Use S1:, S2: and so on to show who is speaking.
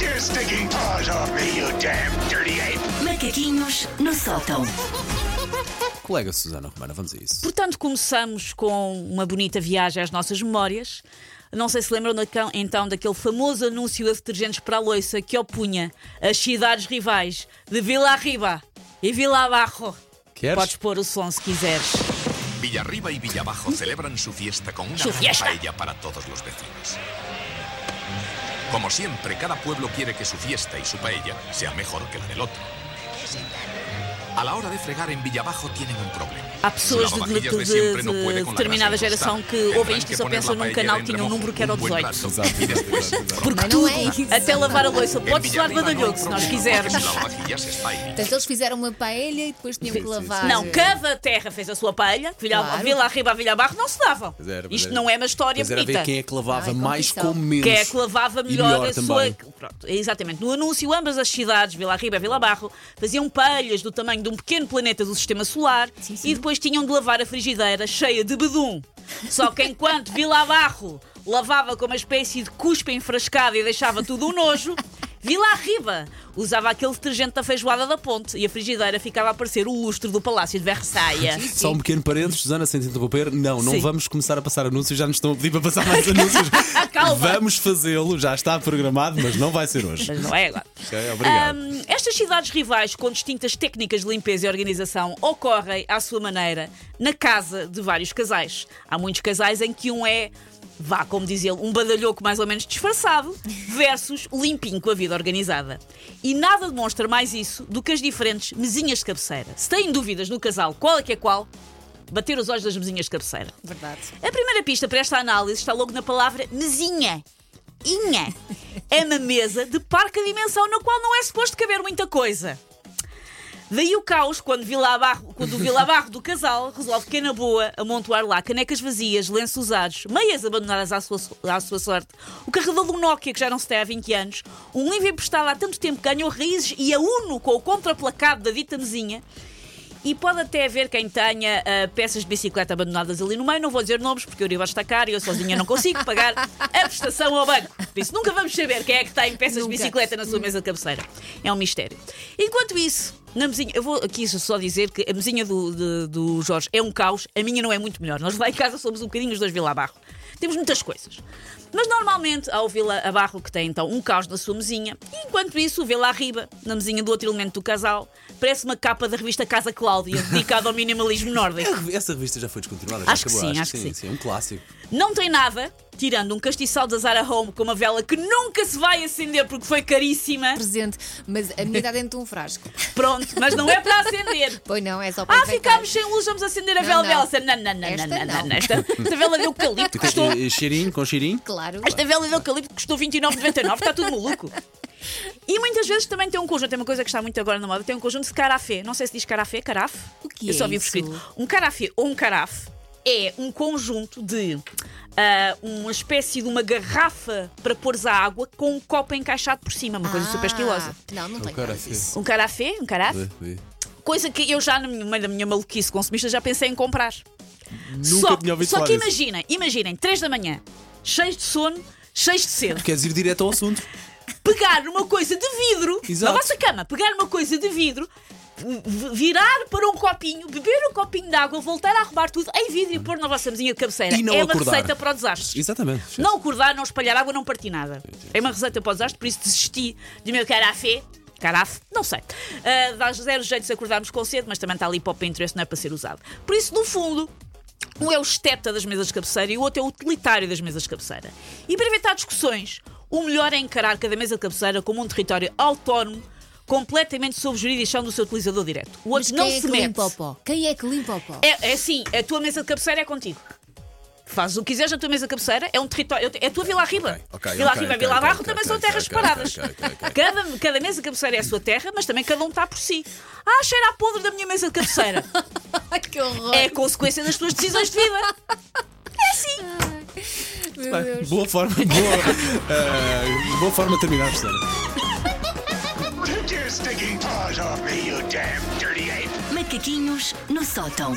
S1: your stinking paws off me, you damn dirty ape!
S2: Macaquinhos no sótão.
S3: Colega Susana Romana, vamos a isso.
S4: Portanto, começamos com uma bonita viagem às nossas memórias. Não sei se lembram daquel- então daquele famoso anúncio a detergentes para a loiça que opunha as cidades rivais de Vila Arriba e Vila Abajo.
S3: Queres?
S4: Podes pôr o som se quiseres.
S5: Villarriba y Villabajo celebran su fiesta con una
S4: ¡Su
S5: gran
S4: fiesta!
S5: paella para todos los vecinos. Como siempre, cada pueblo quiere que su fiesta y su paella sea mejor que la del otro. A la hora de fregar en Villabajo tienen un problema.
S4: Há pessoas
S5: Su
S4: de, de-
S5: lavavajillas
S4: de-
S5: siempre no
S4: de-
S5: puede con la
S4: determinada
S5: grasa
S4: geração
S5: tostada.
S4: que
S5: Tendrán
S4: ouvem isto e só
S5: poner la
S4: pensam num
S5: paella
S4: canal
S5: en
S4: tinha um
S5: remojo,
S4: número que era o
S5: un buen
S4: 18.
S5: plato, y después un trozo.
S4: Porque
S6: Mas não
S4: tudo,
S6: é isso.
S4: até lavar a louça,
S3: É
S5: En
S4: podes usar
S5: Villarriba no hay
S4: badalhoco se nós
S5: problema,
S4: quisermos.
S5: porque su lavavajillas está ahí.
S6: Portanto, eles fizeram uma paella e depois tinham que lavar.
S4: Não, cada terra fez a sua palha, Vila,
S6: Claro.
S4: Vila Arriba, Vila Barro não se davam.
S3: Pois era, pois
S4: Isto
S3: era.
S4: não é uma história
S3: Mas era
S4: bonita.
S3: ver quem é que lavava
S6: Ai,
S3: mais
S6: competição.
S3: com menos.
S4: Quem é que lavava
S3: E
S4: melhor, a
S3: também.
S4: sua. Pronto, exatamente. No anúncio, ambas as cidades, Vila Riba e Vila Barro, faziam palhas do tamanho de um pequeno planeta do sistema solar
S6: Sim, sim.
S4: e depois tinham de lavar a frigideira cheia de bedum. Só que enquanto Vila Barro lavava com uma espécie de cuspa enfrascada e deixava tudo um nojo. Vila Riba usava aquele detergente da feijoada da ponte e a frigideira ficava a parecer o lustre do Palácio de Versailles.
S3: Só um pequeno parênteses, Susana, sem te interromper. Não, não
S4: Sim.
S3: vamos começar a passar anúncios, já nos estão a pedir para passar mais anúncios.
S4: Calma.
S3: Vamos fazê-lo, já está programado, mas não vai ser hoje.
S4: Mas não é agora.
S3: Ok, obrigado.
S4: Hum, estas cidades rivais, com distintas técnicas de limpeza e organização, ocorrem à sua maneira na casa de vários casais. Há muitos casais em que um é, vá, como diz ele, um badalhoco mais ou menos disfarçado, versus o limpinho com a vida organizada. E nada demonstra mais isso do que as diferentes mesinhas de cabeceira. Se têm dúvidas no casal qual é que é qual, bater os olhos das mesinhas de cabeceira.
S6: Verdade.
S4: A primeira pista para esta análise está logo na palavra mesinha. Inha. É uma mesa de parca dimensão na qual não é suposto caber muita coisa. Daí o caos quando, Vila Barro, quando o Vilabarro do casal resolve que é na boa amontoar lá canecas vazias, lenços usados, meias abandonadas à sua, so- à sua sorte, o carregador de um Nokia que já não se tem há 20 anos, um livro emprestado há tanto tempo que ganhou raízes e a uno com o contraplacado da dita mesinha, e pode até haver quem tenha ah, peças de bicicleta abandonadas ali no meio. Não vou dizer nomes porque o Uribe está caro e eu sozinha não consigo pagar a prestação ao banco. Por isso, nunca vamos saber quem é que tem peças
S6: Nunca.
S4: de bicicleta na sua mesa de cabeceira. É um mistério. Enquanto isso, na mesinha, eu vou aqui só dizer que a mesinha do, de- do Jorge é um caos, a minha não é muito melhor. Nós lá em casa somos um bocadinho os dois Vila Barro. Temos muitas coisas. Mas normalmente há o Vila Abarro que tem então um caos na sua mesinha, e enquanto isso o Vila Arriba, na mesinha do outro elemento do casal, parece uma capa da revista Casa Cláudia, dedicada ao minimalismo nórdico.
S3: Essa revista já foi descontinuada, já
S4: Acho que
S3: acabou,
S4: sim, acho que sim.
S3: sim. É um clássico.
S4: Não tem nada, tirando um castiçal da Zara Home com uma vela que nunca se vai acender porque foi caríssima.
S6: Presente, mas a minha está dentro de um frasco.
S4: Pronto, mas não é para acender.
S6: Pois não, é só para
S4: Ah,
S6: enfeitar.
S4: ficámos sem luz, vamos acender a
S6: Não,
S4: vela
S6: não.
S4: Belsa. Não, não, não,
S6: Esta
S4: não, não,
S6: não.
S4: não. Esta, esta vela de eucalipto custou.
S3: E- e Cheirinho, com cheirinho.
S6: Claro.
S4: Esta é vela de eucalipto custou 29,99, está tudo maluco. E muitas vezes também tem um conjunto, tem uma coisa que está muito agora na moda, tem um conjunto de carafé. Não sei se diz carafé, carafe.
S6: O que
S4: Eu
S6: é
S4: só vi por
S6: isso?
S4: escrito. Um carafé ou um carafe é um conjunto de ah, uma espécie de uma garrafa para pôres a água com um copo encaixado por cima, uma coisa
S6: Ah,
S4: super estilosa.
S6: Não, não tem
S3: Cara,
S6: nada disso.
S4: Um carafé, um carafe, coisa que eu já no meio da minha maluquice consumista já pensei em comprar.
S3: Nunca
S4: só
S3: tinha ouvido
S4: só
S3: falar
S4: que
S3: disso.
S4: imaginem, imaginem, 3 da manhã, cheios de sono, cheios de sede,
S3: Queres ir direto ao assunto?
S4: pegar uma coisa de vidro
S3: Exato.
S4: na vossa cama, pegar uma coisa de vidro, v- virar para um copinho, beber um copinho de água, voltar a arrumar tudo em vidro e pôr na vossa mesinha de cabeceira.
S3: E não
S4: é
S3: acordar.
S4: uma receita para o desastre.
S3: Exatamente.
S4: Não acordar, não espalhar água, não partir nada. É uma receita para o desastre, por isso desisti de meu carafé. Carafe, não sei. Ah, dá zero jeito se acordarmos com cedo, mas também está ali para o Pinterest, não é para ser usado. Por isso, no fundo, um é o esteta das mesas de cabeceira e o outro é o utilitário das mesas de cabeceira. E para evitar discussões, o melhor é encarar cada mesa de cabeceira como um território autónomo, completamente sob jurisdição do seu utilizador direto. O
S6: Mas
S4: outro
S6: quem
S4: não se
S6: é que
S4: mete.
S6: limpa o pó? Quem é que limpa o pó?
S4: É, é assim, a tua mesa de cabeceira é contigo. Fazes o que quiseres na tua mesa de cabeceira, é um território. É a tua Vila Arriba.
S3: Ok, ok,
S4: Vila
S3: ok,
S4: Arriba e
S3: ok,
S4: Vila
S3: ok,
S4: Barro
S3: ok,
S4: também
S3: ok,
S4: são
S3: ok,
S4: terras
S3: ok,
S4: separadas.
S3: ok, ok, ok.
S4: Cada, cada mesa de cabeceira é a sua terra, mas também cada um está por si. Ah, cheira a podre da minha mesa de cabeceira.
S6: Ai, que horror.
S4: é a consequência das tuas decisões de vida.
S6: Meu Deus.
S3: Boa forma, boa, eh, boa forma de terminar, Susana.
S1: Take your stinking paws off me, you damn dirty ape!
S2: Macaquinhos no sótão.